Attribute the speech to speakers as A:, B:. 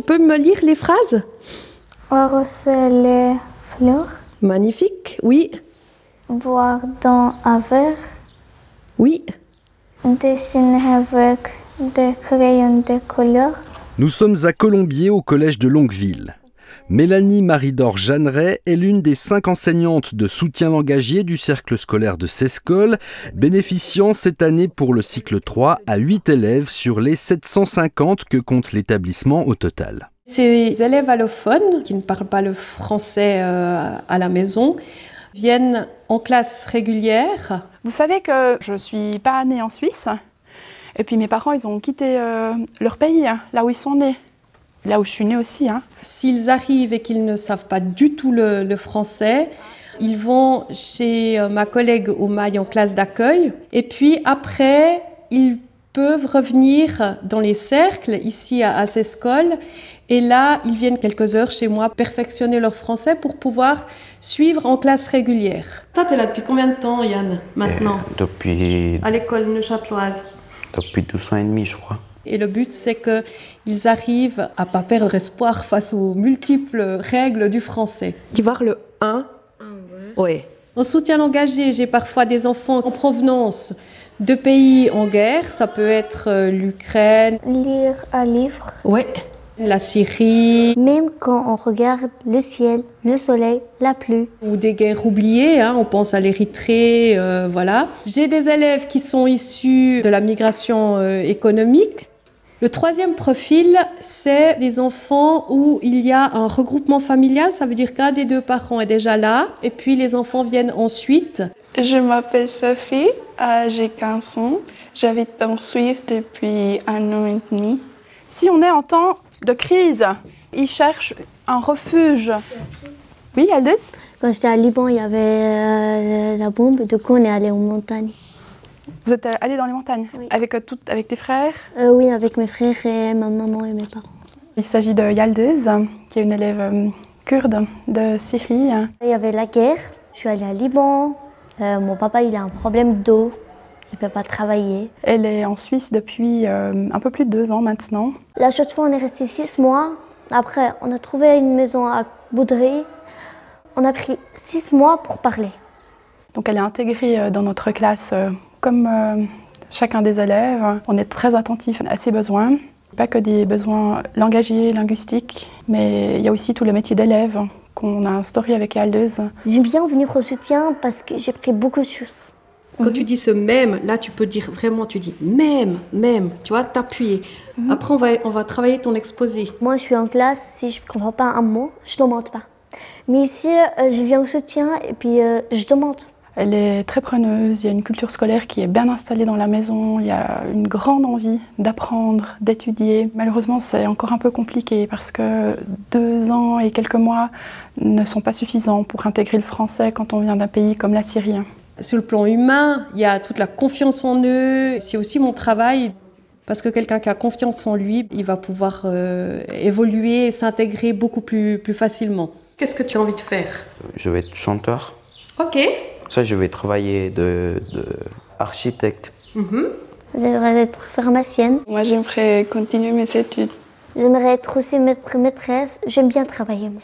A: peux me lire les phrases
B: Arroser les fleurs,
A: Magnifique, oui,
B: boire dans un verre,
A: oui.
B: dessiner avec des crayons de couleur,
C: Nous sommes à Colombier au collège de Longueville. Mélanie Marie-Dor Jeanneret est l'une des cinq enseignantes de soutien langagier du cercle scolaire de Sescole, bénéficiant cette année pour le cycle 3 à 8 élèves sur les 750 que compte l'établissement au total.
D: Ces élèves allophones qui ne parlent pas le français euh, à la maison viennent en classe régulière.
E: Vous savez que je suis pas née en Suisse. Et puis mes parents, ils ont quitté euh, leur pays, hein, là où ils sont nés. Là où je suis née aussi. hein.
D: S'ils arrivent et qu'ils ne savent pas du tout le, le français, ils vont chez euh, ma collègue au mail en classe d'accueil. Et puis après, ils peuvent revenir dans les cercles ici à, à Sescol. Et là, ils viennent quelques heures chez moi perfectionner leur français pour pouvoir suivre en classe régulière. Toi, tu es là depuis combien de temps, Yann,
F: Euh, depuis,
D: à l'école neuchâteloise
F: depuis 12 ans et demi, je crois.
D: Et le but, c'est qu'ils arrivent à pas perdre espoir face aux multiples règles du français.
A: Tu vois le 1 Ouais.
D: En soutien engagé, j'ai parfois des enfants en provenance de pays en guerre. Ça peut être euh, l'Ukraine,
B: lire un livre.
A: Ouais.
D: la Syrie
G: Même quand on regarde le ciel, le soleil, la pluie.
D: ou des guerres oubliées. hein. on pense à l'Érythrée, euh, voilà. J'ai des élèves qui sont issus de la migration euh, économique. Le troisième profil, c'est des enfants où il y a un regroupement familial, ça veut dire qu'un des deux parents est déjà là, et puis les enfants viennent ensuite.
H: Je m'appelle Sophie, euh, j'ai 15 ans. J'habite en Suisse depuis un an et demi.
E: Si on est en temps de crise, ils cherchent un refuge. Oui, Aldous
G: Quand j'étais à Liban, il y avait euh, la bombe, du coup on est allé en montagne.
E: Vous êtes allé dans les montagnes
G: Oui.
E: avec, euh, tout- avec tes frères.
G: Euh, oui, avec mes frères et ma maman et mes parents.
E: Il s'agit de Yaldez, qui est une élève euh, kurde de Syrie. hein.
G: Il y avait la guerre, je suis allée à Liban. Euh, mon papa, il a un problème d'eau, il peut pas travailler.
E: Elle est en Suisse depuis euh, un peu plus de deux ans maintenant.
G: La chaude fois, on est resté six mois. Après, on a trouvé une maison à Boudry. On a pris six mois pour parler.
E: Donc elle est intégrée euh, dans notre classe euh, comme euh, chacun des élèves. On est très attentif à ses besoins. Pas que des besoins langagiers, linguistiques, mais il y a aussi tout le métier d'élève qu'on a instauré avec Yaldez.
G: J'aime bien venir au soutien parce que j'ai pris beaucoup de choses.
D: Quand tu dis ce même, là, tu peux dire vraiment, tu dis même, même, tu vois, t'appuyer. Après, on va, on va travailler ton exposé.
G: Moi, je suis en classe, si je ne comprends pas un mot, je ne demande pas. Mais ici, euh, je viens au soutien et puis euh, je demande.
E: Elle est très preneuse, il y a une culture scolaire qui est bien installée dans la maison, il y a une grande envie d'apprendre, d'étudier. Malheureusement, c'est encore un peu compliqué parce que deux ans et quelques mois ne sont pas suffisants pour intégrer le français quand on vient d'un pays comme la Syrie. hein.
D: Sur le plan humain, il y a toute la confiance en eux. C'est aussi mon travail. Parce que quelqu'un qui a confiance en lui, il va pouvoir euh, évoluer et s'intégrer beaucoup plus, plus facilement. Qu'est-ce que tu as envie de faire
F: Je vais être chanteur.
D: Ok.
F: Ça, je vais travailler de, de architecte.
G: J'aimerais être pharmacienne.
H: Moi, j'aimerais continuer mes études.
G: J'aimerais être aussi maître maîtresse. J'aime bien travailler, moi.